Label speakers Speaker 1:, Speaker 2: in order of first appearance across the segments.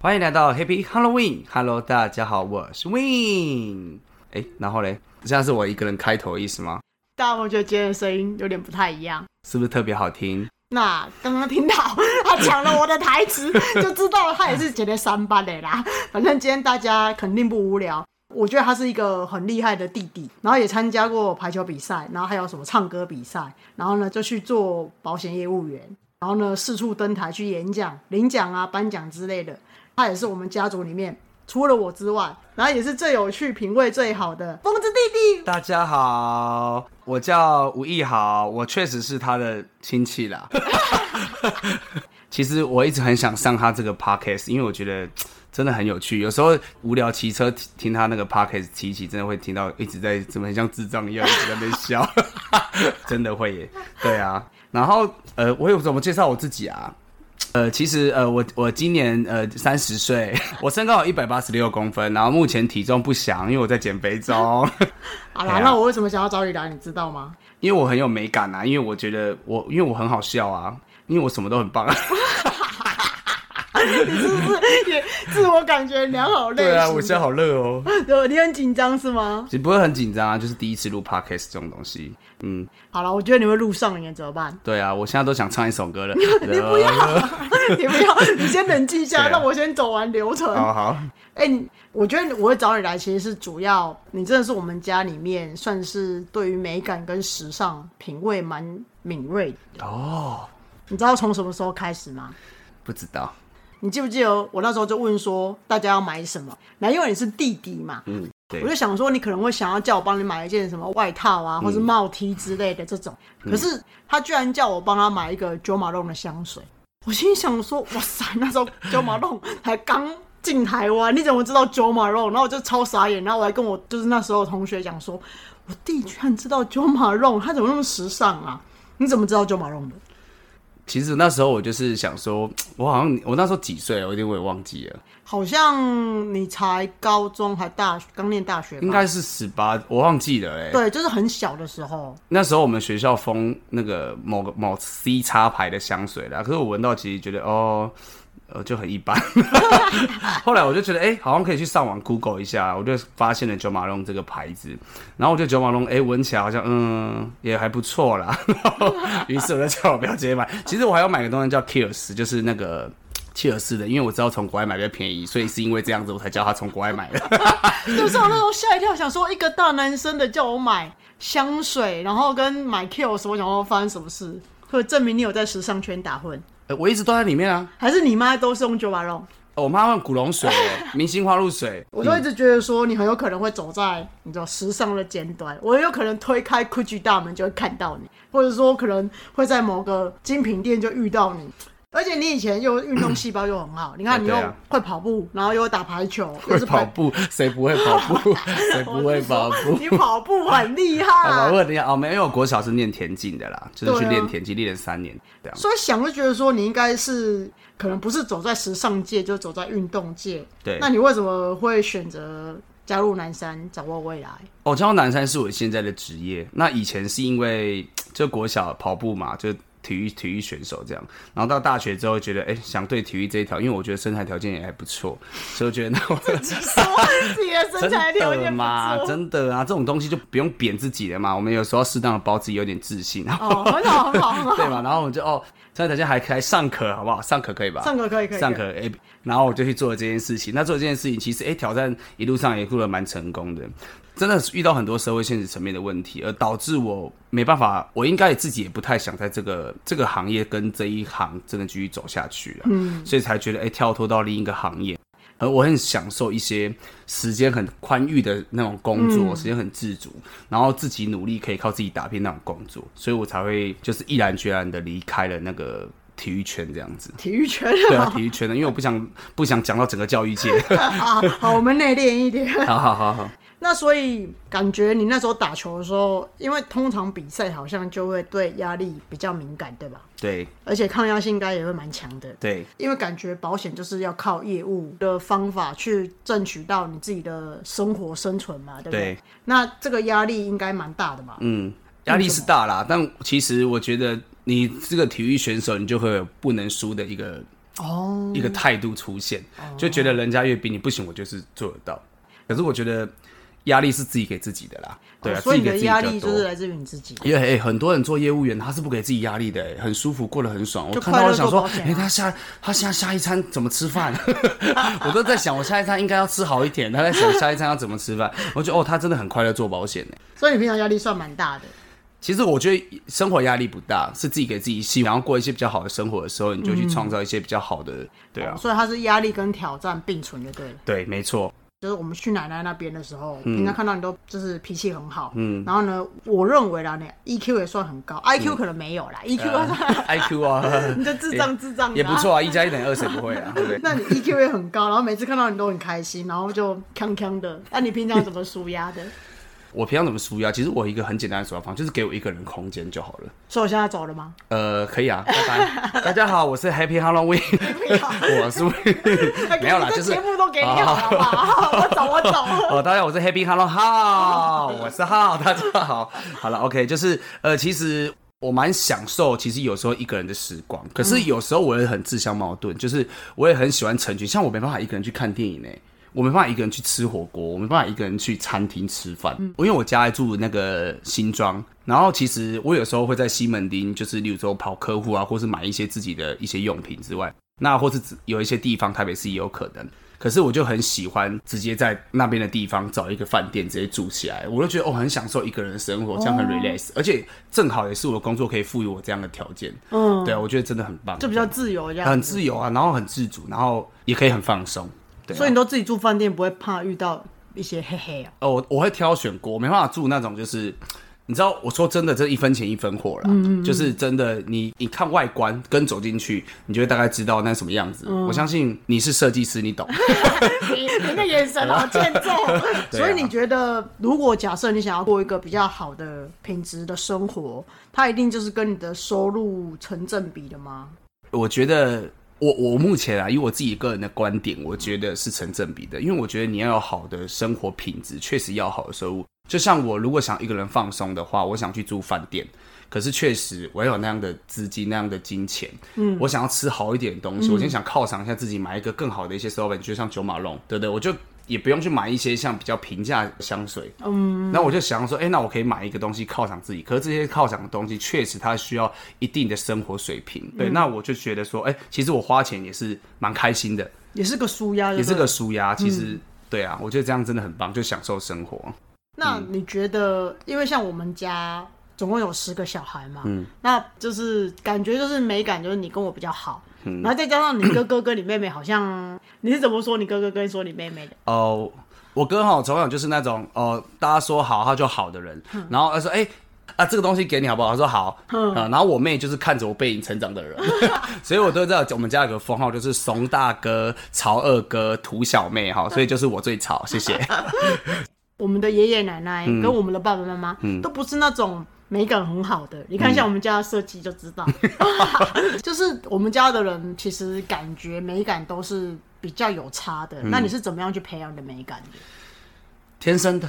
Speaker 1: 欢迎来到 Happy Halloween，Hello，大家好，我是 Win。哎，然后嘞，这样是我一个人开头的意思吗？
Speaker 2: 但我觉得今天的声音有点不太一样。
Speaker 1: 是不是特别好听？
Speaker 2: 那刚刚听到他抢了我的台词，就知道他也是今天三班的啦。 反正今天大家肯定不无聊。我觉得他是一个很厉害的弟弟，然后也参加过排球比赛，然后还有什么唱歌比赛，然后呢就去做保险业务员，然后呢四处登台去演讲、领奖啊、颁奖之类的。他也是我们家族里面除了我之外，然后也是最有趣、品味最好的疯子弟弟。
Speaker 1: 大家好，我叫吴亦豪，我确实是他的亲戚啦。 其实我一直很想上他这个 podcast，因为我觉得真的很有趣。有时候无聊骑车听听他那个 podcast 骑一骑，真的会听到一直在怎么很像智障一样一直在那边笑， 真的会耶。对啊，然后呃，我有怎么介绍我自己啊？呃，其实呃，我我今年呃三十岁，我身高有一百八十六公分，然后目前体重不详，因为我在减肥中。
Speaker 2: 好
Speaker 1: 哎
Speaker 2: 啦，
Speaker 1: 呀
Speaker 2: 那我为什么想要找你来，你知道吗？
Speaker 1: 因为我很有美感啊，因为我觉得我，因为我很好笑啊，因为我什么都很棒啊。
Speaker 2: 你是不是也自我感觉良好类型？
Speaker 1: 对啊，我现在好热哦，
Speaker 2: 对 你很紧张是吗？
Speaker 1: 也不会很紧张啊，就是第一次录 podcast 这种东西。嗯，
Speaker 2: 好了，我觉得你会录上瘾，怎 么办？
Speaker 1: 对啊，我现在都想唱一首歌 了。啊
Speaker 2: 你不要， 你不要，你先冷静一下，
Speaker 1: 呃对啊
Speaker 2: 让我先走完流程。
Speaker 1: 好好，
Speaker 2: 哎、你我觉得我会找你来，其实是主要你真的是我们家里面算是对于美感跟时尚品味蛮敏锐的。
Speaker 1: 哦，
Speaker 2: 你知道从什么时候开始吗？
Speaker 1: 不知道，
Speaker 2: 你记不记得我那时候就问说大家要买什么？那因为你是弟弟嘛，
Speaker 1: 嗯，对
Speaker 2: 我，就想说，你可能会想要叫我帮你买一件什么外套啊，或
Speaker 1: 嗯
Speaker 2: 是帽 T 之类的这种。可是他居然叫我帮他买一个九马龙的香水，我心想说，哇塞，那时候九马龙才刚进台湾，你怎么知道九马龙？然后我就超傻眼，然后我还跟我就是那时候的同学讲说，我弟居然知道九马龙，他怎么那么时尚啊？你怎么知道九马龙的？
Speaker 1: 其实那时候我就是想说，我好像我那时候几岁啊，我有点我也忘记了，
Speaker 2: 好像你才高中还大学，刚念大学吧，
Speaker 1: 应该是十八，我忘记了哎、
Speaker 2: 对，就是很小的时候。
Speaker 1: 那时候我们学校封那个某个某 C 叉牌的香水啦，可是我闻到其实觉得哦，呃就很一般。 后来我就觉得哎、好像可以去上网 Google 一下，我就发现了九马龙这个牌子，然后我觉得九马龙哎闻起来好像嗯也还不错啦， 然后于是我就叫我表姐买。其实我还要买个东西叫 Kills，就是那个。切尔斯的，因为我知道从国外买比较便宜，所以是因为这样子我才叫他从国外买的。
Speaker 2: 对不是我那时候吓一跳，想说一个大男生的叫我买香水，然后跟买 Q 什么，想说发生什么事，或者证明你有在时尚圈打混，
Speaker 1: 呃我一直都在里面啊，哦
Speaker 2: 还是你妈都是用九把龙？
Speaker 1: 我妈用古龙水、明星花露水，
Speaker 2: 我就一直觉得说你很有可能会走在你知道时尚的尖端，我有可能推开 GUCCI 大门就会看到你，或者说可能会在某个精品店就遇到你。而且你以前又运动细胞又很好，你看你又
Speaker 1: 对啊
Speaker 2: 会跑步，然后又会打排球，又
Speaker 1: 会
Speaker 2: 是
Speaker 1: 跑
Speaker 2: 排，
Speaker 1: 步，谁不会跑 步？谁
Speaker 2: 我
Speaker 1: 不
Speaker 2: 就
Speaker 1: 会跑
Speaker 2: 说
Speaker 1: 步？
Speaker 2: 你跑步很厉 害，
Speaker 1: 啊，我等一下哦，没有，因为我国小是念田径的啦，就是去
Speaker 2: 对啊
Speaker 1: 练田径，练了三年这样。
Speaker 2: 所以想就觉得说你应该是可能不是走在时尚界，就走在运动界。
Speaker 1: 对
Speaker 2: 那你为什么会选择加入南山，掌握未来？
Speaker 1: 哦，教南山是我现在的职业。那以前是因为就国小跑步嘛，就体育体育选手这样。然后到大学之后，觉得哎、想对体育这一条，因为我觉得身材条件也还不错，所以我觉得那我
Speaker 2: 说自己的身材 条
Speaker 1: 真的
Speaker 2: 件不
Speaker 1: 嘛，
Speaker 2: 错。
Speaker 1: 真的啊，这种东西就不用贬自己了嘛。我们有时候要适当的包自己有点自信，然后
Speaker 2: 哦，很好，很好，很好。
Speaker 1: 对嘛，然后我们就哦，身材条件还还尚可，好不好？尚可可以吧？
Speaker 2: 上课可以，可以，
Speaker 1: 上
Speaker 2: 可以
Speaker 1: 课哎、然后我就去做了这件事情。那做这件事情，其实哎、挑战一路上也做的蛮成功的，真的是遇到很多社会现实层面的问题，而导致我没办法，我应该也自己也不太想在这个这个行业跟这一行真的继续走下去了，嗯，所以才觉得哎、跳脱到另一个行业。而我很享受一些时间很宽裕的那种工
Speaker 2: 嗯
Speaker 1: 作，时间很自主，然后自己努力可以靠自己打拼那种工作，所以我才会就是毅然决然的离开了那个体育圈这样子。
Speaker 2: 体育圈
Speaker 1: 对 啊，体育圈的，因为我不想不想讲到整个教育界。
Speaker 2: 啊，好，我们内敛一点。
Speaker 1: 好好好好，
Speaker 2: 那所以感觉你那时候打球的时候，因为通常比赛好像就会对压力比较敏感，对吧？
Speaker 1: 对
Speaker 2: 而且抗压性应该也会蛮强的。
Speaker 1: 对
Speaker 2: 因为感觉保险就是要靠业务的方法去争取到你自己的生活生存嘛，对不对？
Speaker 1: 对，
Speaker 2: 那这个压力应该蛮大的嘛。
Speaker 1: 嗯，压力是大啦，但其实我觉得你这个体育选手，你就会有不能输的一个
Speaker 2: 哦，
Speaker 1: 一个态度出现，就觉得人家越逼你不行，我就是做得到。可是我觉得压力是自己给自己的啦，对啊，
Speaker 2: 哦所以
Speaker 1: 自己给
Speaker 2: 你的
Speaker 1: 自己
Speaker 2: 压
Speaker 1: 比较
Speaker 2: 力就
Speaker 1: 多
Speaker 2: 是来自于你自己。
Speaker 1: 因为、欸、很多人做业务员，他是不给自己压力的、欸很舒服，过得很爽。我
Speaker 2: 就
Speaker 1: 看
Speaker 2: 快
Speaker 1: 到
Speaker 2: 乐
Speaker 1: 我想
Speaker 2: 做
Speaker 1: 说
Speaker 2: 保，险
Speaker 1: 哎、
Speaker 2: 啊
Speaker 1: 他下他下下一餐怎么吃饭？ 我都在想，我下一餐应该要吃好一点。他在想下一餐要怎么吃饭。我觉得哦，他真的很快乐做保险呢、欸
Speaker 2: 所以你平常压力算蛮大的。
Speaker 1: 其实我觉得生活压力不大，是自己给自己希望要过一些比较好的生活的时候，你就去创造一些比较好的。对啊，
Speaker 2: 哦所以它是压力跟挑战并存就对了。
Speaker 1: 对，没 错，
Speaker 2: 就是我们去奶奶那边的时候，
Speaker 1: 嗯
Speaker 2: 平常看到你都就是脾气很好，嗯，然后呢，我认为啦，你 EQ 也算很高，IQ
Speaker 1: 嗯
Speaker 2: 可能没有啦、e q 算，
Speaker 1: IQ 啊
Speaker 2: 你就智障智障的啊
Speaker 1: 也不错啊，一加一等于二，谁不会啊？对不对？
Speaker 2: 那你 EQ 也很高，然后每次看到你都很开心，然后就锵锵的。那、你平常怎么舒压的？
Speaker 1: 我平常怎么舒压？其实我有一个很简单的舒压方法，就是给我一个人空间就好了。
Speaker 2: 所以我现在走了吗？
Speaker 1: 呃，可以啊，拜拜。 大家好，我是 Happy Halloween，我是 没有啦，
Speaker 2: 这
Speaker 1: 就是
Speaker 2: 节目都哎给你好了吧？我走，我走。
Speaker 1: 哦，大家好，我是 Happy Hello 浩，我是浩，大家好。好了，OK，就是呃，其实我蛮享受，其实有时候一个人的时光，可是有时候我也很自相矛盾，就是我也很喜欢成群，像我没办法一个人去看电影呢、我没办法一个人去吃火锅，我没办法一个人去餐厅吃饭。因为我家住那个新庄，然后其实我有时候会在西门町，就是例如说跑客户啊，或是买一些自己的一些用品之外，那或是只有一些地方台北市也有可能。可是我就很喜欢直接在那边的地方找一个饭店直接住起来，我就觉得哦很享受一个人的生活，这
Speaker 2: 哦
Speaker 1: 样很 relax，、而且正好也是我的工作可以赋予我这样的条件，嗯，对啊，我觉得真的很棒，
Speaker 2: 就比较自由这样子，
Speaker 1: 很自由啊，然后很自主，然后也可以很放松，对啊、
Speaker 2: 所以你都自己住饭店，不会怕遇到一些嘿嘿啊？
Speaker 1: 哦，我我会挑选锅，我没办法住那种就是。你知道，我说真的，这一分钱一分货啦，
Speaker 2: 嗯
Speaker 1: 就是真的你。你看外观跟走进去，你就会大概知道那什么样子。
Speaker 2: 嗯
Speaker 1: 我相信你是设计师，你懂。
Speaker 2: 你你的眼神好欠揍。 所以你觉得，如果假设你想要过一个比较好的品质的生活，它一定就是跟你的收入成正比的吗？
Speaker 1: 我觉得我我目前啊，以我自己个人的观点，我觉得是成正比的，因为我觉得你要有好的生活品质，确实要好的收入。就像我如果想一个人放松的话，我想去住饭店，可是确实我要有那样的资金、那样的金钱，嗯，我想要吃好一点的东西，我今天想犒赏一下自己，买一个更好的一些 s o 就像九马龙，对不对？我就。也不用去买一些像比较平价的香水，嗯，那我就想说，哎、那我可以买一个东西犒赏自己。可是这些犒赏的东西，确实它需要一定的生活水平。对，那我就觉得说，哎、其实我花钱也是蛮开心的，
Speaker 2: 也是个舒压，
Speaker 1: 也是
Speaker 2: 对
Speaker 1: 个
Speaker 2: 不对。
Speaker 1: 舒压。其实，对啊，我觉得这样真的很棒，就享受生活。
Speaker 2: 那
Speaker 1: 嗯
Speaker 2: 你觉得，因为像我们家总共有十个小孩嘛，
Speaker 1: 嗯
Speaker 2: 那就是感觉就是美感就是你跟我比较好，
Speaker 1: 嗯
Speaker 2: 然后再加上你哥哥跟你妹妹好像，你是怎么说你哥哥跟说你妹妹的？
Speaker 1: 哦、我哥哈从小就是那种哦、大家说好他就好的人，然后他说，哎、啊，这个东西给你好不好？他说好，嗯、然后我妹就是看着我背影成长 的人，所以我都知道我们家有个封号就是怂大哥、曹二哥、土小妹哈，所以就是我最吵，谢谢。
Speaker 2: 我们的爷爷奶奶
Speaker 1: 嗯
Speaker 2: 跟我们的爸爸妈妈、都不是那种美感很好的。
Speaker 1: 嗯
Speaker 2: 你看一下我们家的设计就知 道，就是我们家的人其实感觉美感都是比较有差
Speaker 1: 嗯
Speaker 2: 的。那你是怎么样去培养你的美感的？
Speaker 1: 天生 的，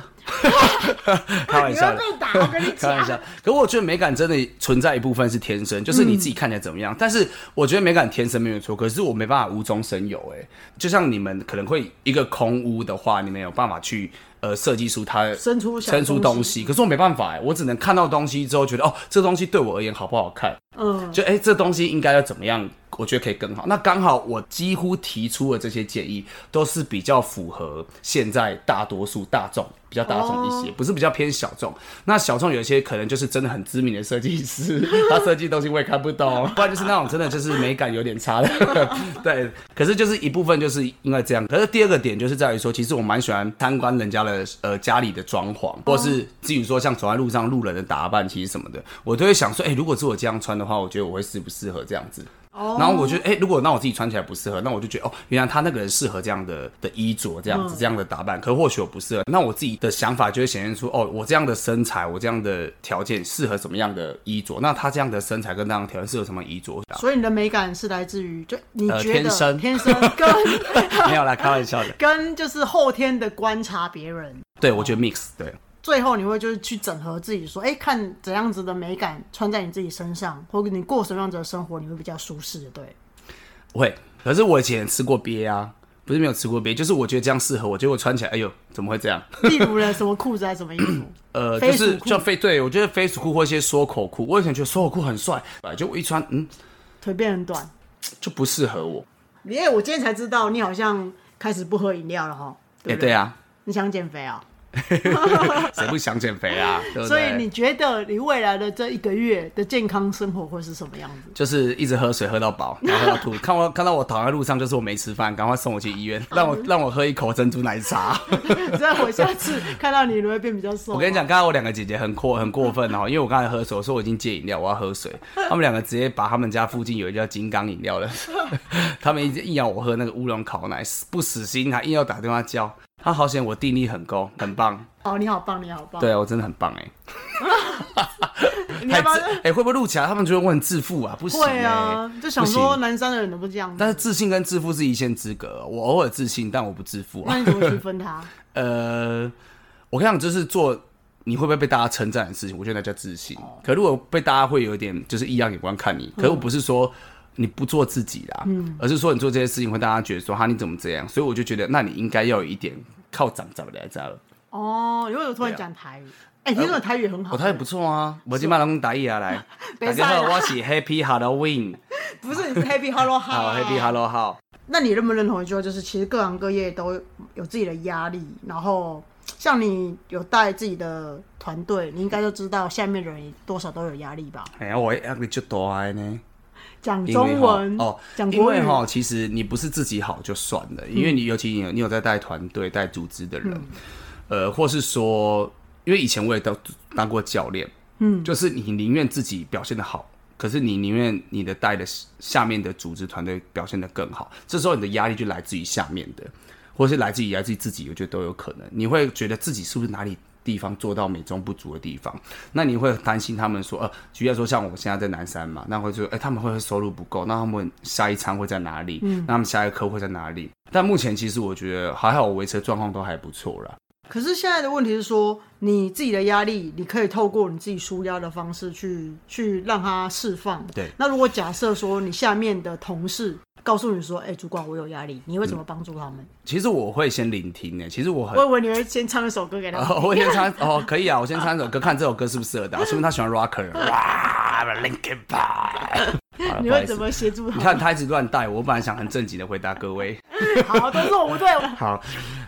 Speaker 1: 开玩
Speaker 2: 你
Speaker 1: 笑
Speaker 2: 要
Speaker 1: 的，
Speaker 2: 被打，我跟你
Speaker 1: 开玩笑
Speaker 2: 讲。。
Speaker 1: 可我觉得美感真的存在一部分是天生，就是你自己看起来怎么
Speaker 2: 嗯
Speaker 1: 样。但是我觉得美感天生没有错，可是我没办法无中生有、欸。哎，就像你们可能会一个空屋的话，你们有办法去呃设计出它
Speaker 2: 生出小
Speaker 1: 生出
Speaker 2: 东
Speaker 1: 东西，可是我没办法、欸，我只能看到东西之后觉得哦，这东西对我而言好不好看。
Speaker 2: 嗯，
Speaker 1: 就哎、欸这东西应该要怎么样？我觉得可以更好。那刚好我几乎提出的这些建议，都是比较符合现在大多数大众比较大众一些，不是比较偏小众。那小众有一些可能就是真的很知名的设计师， 他设计东西我也看不懂，不然就是那种真的就是美感有点差的。 对，可是就是一部分就是因为这样。可是第二个点就是在于说，其实我蛮喜欢参观人家的呃家里的装潢，或是至于说像走在路上路人的打扮，其实什么的，我都会想说，哎、如果是我这样穿的话，我觉得我会适不适合这样子。
Speaker 2: 哦
Speaker 1: 然后我就哎、如果那我自己穿起来不适合，那我就觉得哦，原来他那个人适合这样的的衣着，这
Speaker 2: 嗯
Speaker 1: 样子、这样的打扮，可或许我不适合。那我自己的想法就会显现出哦，我这样的身材，我这样的条件适合什么样的衣着？那他这样的身材跟那样的条件适合什么衣 着？
Speaker 2: 所以你的美感是来自于就你
Speaker 1: 啊呃
Speaker 2: 觉得
Speaker 1: 天生
Speaker 2: 天生跟
Speaker 1: 没有啦，开玩笑的。
Speaker 2: 跟就是后天的观察别人，
Speaker 1: 对，我
Speaker 2: 哦
Speaker 1: 觉得 mix 对。
Speaker 2: 最后你会就是去整合自己，说，哎、看怎样子的美感穿在你自己身上，或者你过什么样子的生活，你会比较舒适，对。
Speaker 1: 会，可是我以前吃过鳖啊，不是没有吃过鳖，就是我觉得这样适合我，结果穿起来，哎呦，怎么会这样？
Speaker 2: 例如呢，什么裤子还是什么衣 服？
Speaker 1: 呃，
Speaker 2: 飞
Speaker 1: 就
Speaker 2: 鼠
Speaker 1: 是
Speaker 2: 裤
Speaker 1: 就非对我觉得飞鼠裤或一些缩口裤，我以前觉得缩口裤很帅，哎就我一穿，嗯，
Speaker 2: 腿变很短。
Speaker 1: 就不适合我。
Speaker 2: 耶、我今天才知道你好像开始不喝饮料了哈。
Speaker 1: 哎，
Speaker 2: 不对
Speaker 1: 对啊，
Speaker 2: 你想减肥啊、
Speaker 1: 谁不想减肥 啊？对不对？
Speaker 2: 所以你觉得你未来的这一个月的健康生活会是什么样子？
Speaker 1: 就是一直喝水喝到饱，然后喝到吐。看我看到我躺在路上，就是我没吃饭，赶快送我去医
Speaker 2: 嗯
Speaker 1: 院，让我让我喝一口珍珠奶 茶。
Speaker 2: 所以我下次看到你，你会变比较瘦。
Speaker 1: 我跟你讲，刚才我两个姐姐很过很过分哦，因为我刚才喝水，我说我已经戒饮料，我要喝水。他们两个直接把他们家附近有一家金刚饮料的， 他们一直硬要我喝那个乌龙烤奶，不死心还硬要打电话叫。他好险，我定力很够，很棒。
Speaker 2: 哦，你好棒，你好棒。，
Speaker 1: 对我真的很棒哎、
Speaker 2: 你
Speaker 1: 太
Speaker 2: 要不要
Speaker 1: 自？哎、会不会录起来？他们觉得我很自负啊？不行、欸，
Speaker 2: 会啊，就想
Speaker 1: 不
Speaker 2: 说
Speaker 1: 行
Speaker 2: 南山的人都不这样子
Speaker 1: 但。是自信跟自负是一线之隔。我偶尔自信，但我不自负啊。
Speaker 2: 那你怎么区 分它？
Speaker 1: 呃，我跟你讲，就是做你会不会被大家称赞的事情，我觉得那叫自信。
Speaker 2: 哦
Speaker 1: 可如果被大家会有一点就是异样眼光看你，
Speaker 2: 嗯
Speaker 1: 可我不是说你不做自己啦，而是说你做这些事情会大家觉得说哈你怎么这样，所以我就觉得那你应该要有一点靠长长来这了。
Speaker 2: 哦，因为我突然讲台语，哎、听说台语很好
Speaker 1: 啊我、哦、，他也不错啊，我今麦拢打一啊 来，
Speaker 2: 没
Speaker 1: 大
Speaker 2: 事
Speaker 1: 家
Speaker 2: 啦
Speaker 1: 好，我是 Happy Halloween，
Speaker 2: 不是你是 Happy Hello
Speaker 1: 好 Happy Hello 好，
Speaker 2: 那你认不认同一句话，就是其实各行各业都有自己的压力，然后像你有带自己的团队，你应该就知道下面的人多少都有压力吧？
Speaker 1: 哎呀我压力就大的呢。
Speaker 2: 讲
Speaker 1: 因为
Speaker 2: 中
Speaker 1: 哈
Speaker 2: 文
Speaker 1: 哦，
Speaker 2: 讲
Speaker 1: 因
Speaker 2: 国语嗯
Speaker 1: 为哈，其实你不是自己好就算了，因为你尤其你有你有在带团队、带组织的人，呃，或是说，因为以前我也当当过教练，嗯，就是你宁愿自己表现的好，可是你宁愿你的带的下面的组织团队表现的更好，这时候你的压力就来自于下面的，或是来自于来自于自己，我觉得都有可能，你会觉得自己是不是哪里。地方做到美中不足的地方，那你会担心他们说，呃，举例来说，像我现在在南山嘛，那会说，哎、他们会不会收入不够，那他们下一餐会在哪里？那他们下一课会在哪里？但目前其实我觉得还好，我维持的状况都还不错啦。
Speaker 2: 可是现在的问题是说，你自己的压力，你可以透过你自己舒压的方式去去让它释放。
Speaker 1: 对
Speaker 2: 那如果假设说你下面的同事告诉你说：“哎、主管，我有压力。”你会怎
Speaker 1: 嗯
Speaker 2: 么帮助他们？
Speaker 1: 其实我会先聆听呢、其实我很
Speaker 2: 我以为你会先唱一首歌给他 们。
Speaker 1: 哦，我先唱哦，可以啊，我先唱一首歌，看这首歌适不适合他，说明他喜欢 rocker。哇，Linkin Park。好了
Speaker 2: 你
Speaker 1: 不好意
Speaker 2: 会
Speaker 1: 思
Speaker 2: 怎么协助
Speaker 1: 你
Speaker 2: 他
Speaker 1: 看他一直乱带，我本来想很正经的回答各位。
Speaker 2: 们？ 好，都是我 不对。
Speaker 1: 好，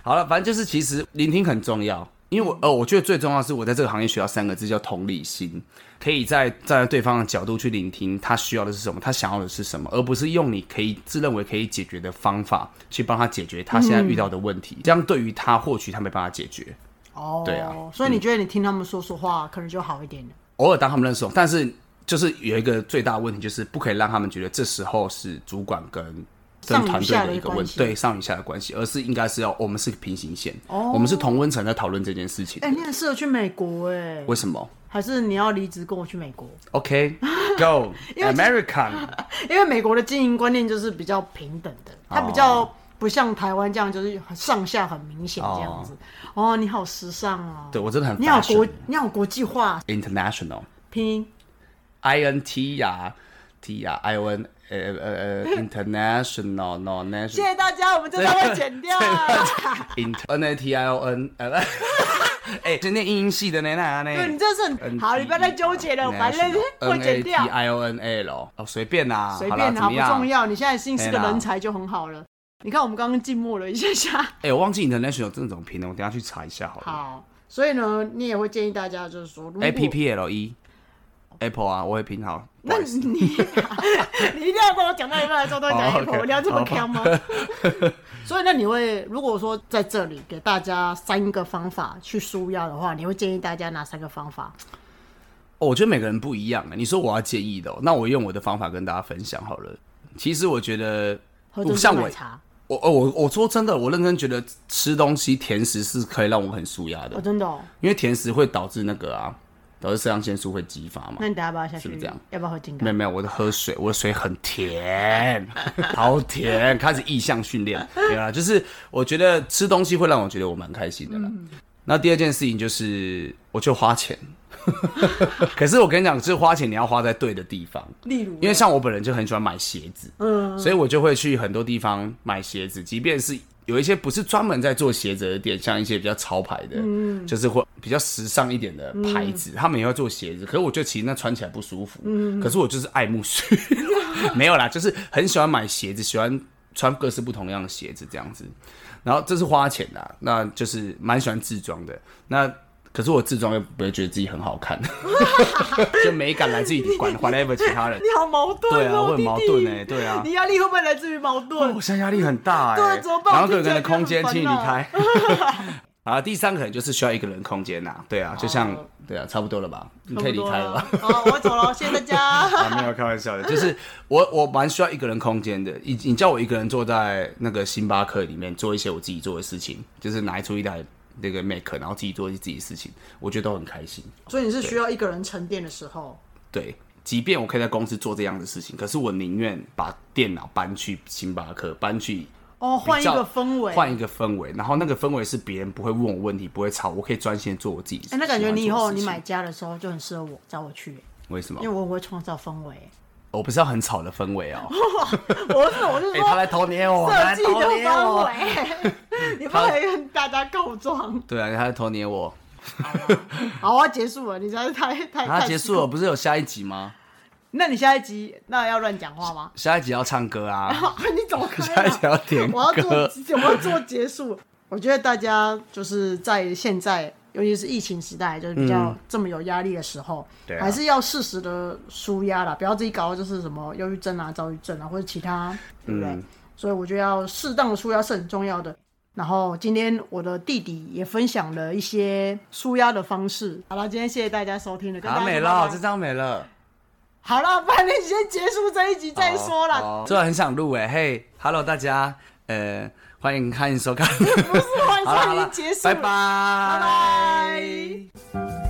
Speaker 1: 好了，反正就是其实聆听很重要，因为我
Speaker 2: 嗯
Speaker 1: 呃，我觉得最重要的是我在这个行业学到三个字叫同理心，可以在站在对方的角度去聆听他需要的是什么，他想要的是什么，而不是用你可以自认为可以解决的方法去帮他解决他现在遇到的问
Speaker 2: 嗯
Speaker 1: 题，这样对于他或许他没办法解决。
Speaker 2: 哦，
Speaker 1: 对啊
Speaker 2: 所以你觉得你听他们说说话，可能就好一点了。
Speaker 1: 偶尔当他们认识我，但是就是有一个最大的问题，就是不可以让他们觉得这时候是主管跟。跟
Speaker 2: 上与
Speaker 1: 团队
Speaker 2: 下的
Speaker 1: 的一个问
Speaker 2: 关系
Speaker 1: 题，对上与下的关系，而是应该是要我们是平行线，
Speaker 2: 哦
Speaker 1: 我们是同温层在讨论这件事情的。
Speaker 2: 哎、你很适合去美国哎、
Speaker 1: 为什么
Speaker 2: 还是你要离职跟我去美国？
Speaker 1: ？OK，Go
Speaker 2: 为
Speaker 1: American，
Speaker 2: 因为美国的经营观念就是比较平等的，它比
Speaker 1: 哦
Speaker 2: 较不像台湾这样，就是上下很明显这样子。哦你好时尚哦，
Speaker 1: 对我真的很
Speaker 2: 你好
Speaker 1: fashion
Speaker 2: 国，你好国际化，
Speaker 1: international，I
Speaker 2: 拼音
Speaker 1: N T 呀 T 呀 I O N 呃呃 呃 international no
Speaker 2: 谢
Speaker 1: national
Speaker 2: 谢大家，我们这段会剪掉。啊
Speaker 1: int N A T I O N 呃， 哎，是念英音系的呢，那
Speaker 2: 对
Speaker 1: 呢
Speaker 2: 你？这是好，你不要再纠结
Speaker 1: E，
Speaker 2: 了，反正 会剪掉
Speaker 1: N A T，I O N A L 哦，随便啦，
Speaker 2: 随
Speaker 1: 啦
Speaker 2: 便
Speaker 1: 怎么
Speaker 2: 啦，不
Speaker 1: 样
Speaker 2: 重。要。你现在是是个
Speaker 1: 对啦
Speaker 2: 人才就很好了。你看我们刚刚静默了一下下，
Speaker 1: 哎，我忘记 international 真的怎么拼了，我等一下去查一下好了。
Speaker 2: 好，所以呢，你也会建议大家就是说，如果
Speaker 1: A P P L E Apple 啊，我会拼好。不
Speaker 2: 那
Speaker 1: 好意思
Speaker 2: 你你 一定要跟我讲到一半的时候都讲
Speaker 1: 哦
Speaker 2: 一
Speaker 1: ，OK
Speaker 2: 口，你要这么强吗？ 所以，那你会如果说在这里给大家三个方法去舒压的话，你会建议大家哪三个方法？
Speaker 1: 哦，我觉得每个人不一样啊。你说我要建议的哦、那我用我的方法跟大家分享好了。其实我觉得
Speaker 2: 喝珍珠
Speaker 1: 像我
Speaker 2: 奶，茶，
Speaker 1: 我哦我我说真的，我认真觉得吃东西甜食是可以让我很舒压的
Speaker 2: 哦，，真的、哦。
Speaker 1: 因为甜食会导致那个啊，导致肾上腺素会激发嘛
Speaker 2: 那。你等下要不要下去？
Speaker 1: 是不是这样
Speaker 2: 要不要喝金
Speaker 1: 没
Speaker 2: 刚
Speaker 1: 有？没有，我的喝水，我的水很甜，好啊甜，开始意向训练。没有啦，就是我觉得吃东西会让我觉得我蛮开心的啦。那第二件事情就是，我就花钱。 可是我跟你讲，就是花钱你要花在对的地方，
Speaker 2: 例如，
Speaker 1: 因为像我本人就很喜欢买鞋子，嗯，所以我就会去很多地方买鞋子，即便是有一些不是专门在做鞋子的店，像一些比较潮牌的，嗯，就是会比较时尚一点的牌子，他们也会做鞋子，可是我觉得其实那穿起来不舒服，嗯，可是我就是爱慕 虚，没有啦，就是很喜欢买鞋子，喜欢穿各式不同样的鞋子这样子，然后这是花钱的啊、那就是蛮喜欢自装的，那。可是我自装又不会觉得自己很好 看，就美感来自于管 whatever 其他人
Speaker 2: 你。好矛盾、哦，
Speaker 1: 对啊，我很
Speaker 2: 弟弟
Speaker 1: 矛盾哎、对啊，
Speaker 2: 你压力会不会来自于矛盾？
Speaker 1: 我哦现在压力很大哎、
Speaker 2: 对怎么办
Speaker 1: 然后个
Speaker 2: 我听起
Speaker 1: 人的
Speaker 2: 来
Speaker 1: 空间，
Speaker 2: 就很
Speaker 1: 请你离
Speaker 2: 烦
Speaker 1: 开。 啊，第三个可能就是需要一个人空间呐、对啊，
Speaker 2: 哦
Speaker 1: 就像、对啊，差不多了吧？你可以离开了吧？
Speaker 2: 差不多了。好，我走 了，谢谢大家。
Speaker 1: 啊，没有开玩笑的，就是我我蛮需要一个人空间的。你你叫我一个人坐在那个星巴克里面做一些我自己做的事情，就是拿出一台那个 Mac，然后自己做一些自己的事情，我觉得都很开心。
Speaker 2: 所以你是需要一个人沉淀的时候，
Speaker 1: 对，即便我可以在公司做这样的事情，可是我宁愿把电脑搬去星巴克，搬去
Speaker 2: 哦，换一
Speaker 1: 比较
Speaker 2: 个氛围，
Speaker 1: 换一个氛围，然后那个氛围是别人不会问我问题，不会吵，我可以专心地做我自己喜
Speaker 2: 哎、
Speaker 1: 欢
Speaker 2: 那
Speaker 1: 做的
Speaker 2: 感
Speaker 1: 事情。
Speaker 2: 觉你以后你买家的时候就很适合我找我去，
Speaker 1: 为什么
Speaker 2: 因为？我很会创造氛 围。
Speaker 1: 我不是要很吵的氛围 哦、
Speaker 2: 我是我是
Speaker 1: 哎、他
Speaker 2: 说
Speaker 1: 来偷捏我，他
Speaker 2: 设
Speaker 1: 来哎
Speaker 2: 计的
Speaker 1: 偷捏
Speaker 2: 氛
Speaker 1: 我，
Speaker 2: 围， 你不可以跟大家告状。
Speaker 1: 对啊，他来偷捏我。
Speaker 2: 好，我要结束了，你实在是太太
Speaker 1: 然后
Speaker 2: 太
Speaker 1: 啊结束了，。不是有下一集吗？
Speaker 2: 那你下一集那要乱讲话吗？
Speaker 1: 下一集要唱歌 啊，
Speaker 2: 你走开
Speaker 1: 下一集
Speaker 2: 了！
Speaker 1: 要点
Speaker 2: 我要做，
Speaker 1: 歌。
Speaker 2: 我要做结束。我觉得大家就是在现在，尤其是疫情时代，就是比较这么有压力的时候，
Speaker 1: 对啊
Speaker 2: 还是要适时的舒压啦，不要自己搞到就是什么忧郁症啊、躁郁症啊，或者其他，对不对？
Speaker 1: 嗯
Speaker 2: 所以我觉得要适当的舒压是很重要的。然后今天我的弟弟也分享了一些舒压的方式。好了，今天谢谢大家收听了，跟大
Speaker 1: 好
Speaker 2: 家
Speaker 1: 美
Speaker 2: 说拜
Speaker 1: 了，
Speaker 2: 拜
Speaker 1: 这张美了。
Speaker 2: 好了，不然你先结束这一集再说啦。
Speaker 1: 哦，真的很想录哎，嘿，Hello 大家，呃，欢 迎欢迎收看。
Speaker 2: 不是，我
Speaker 1: 好了好
Speaker 2: 已
Speaker 1: 了
Speaker 2: 经结，束
Speaker 1: 拜
Speaker 2: 了
Speaker 1: 拜，
Speaker 2: 拜拜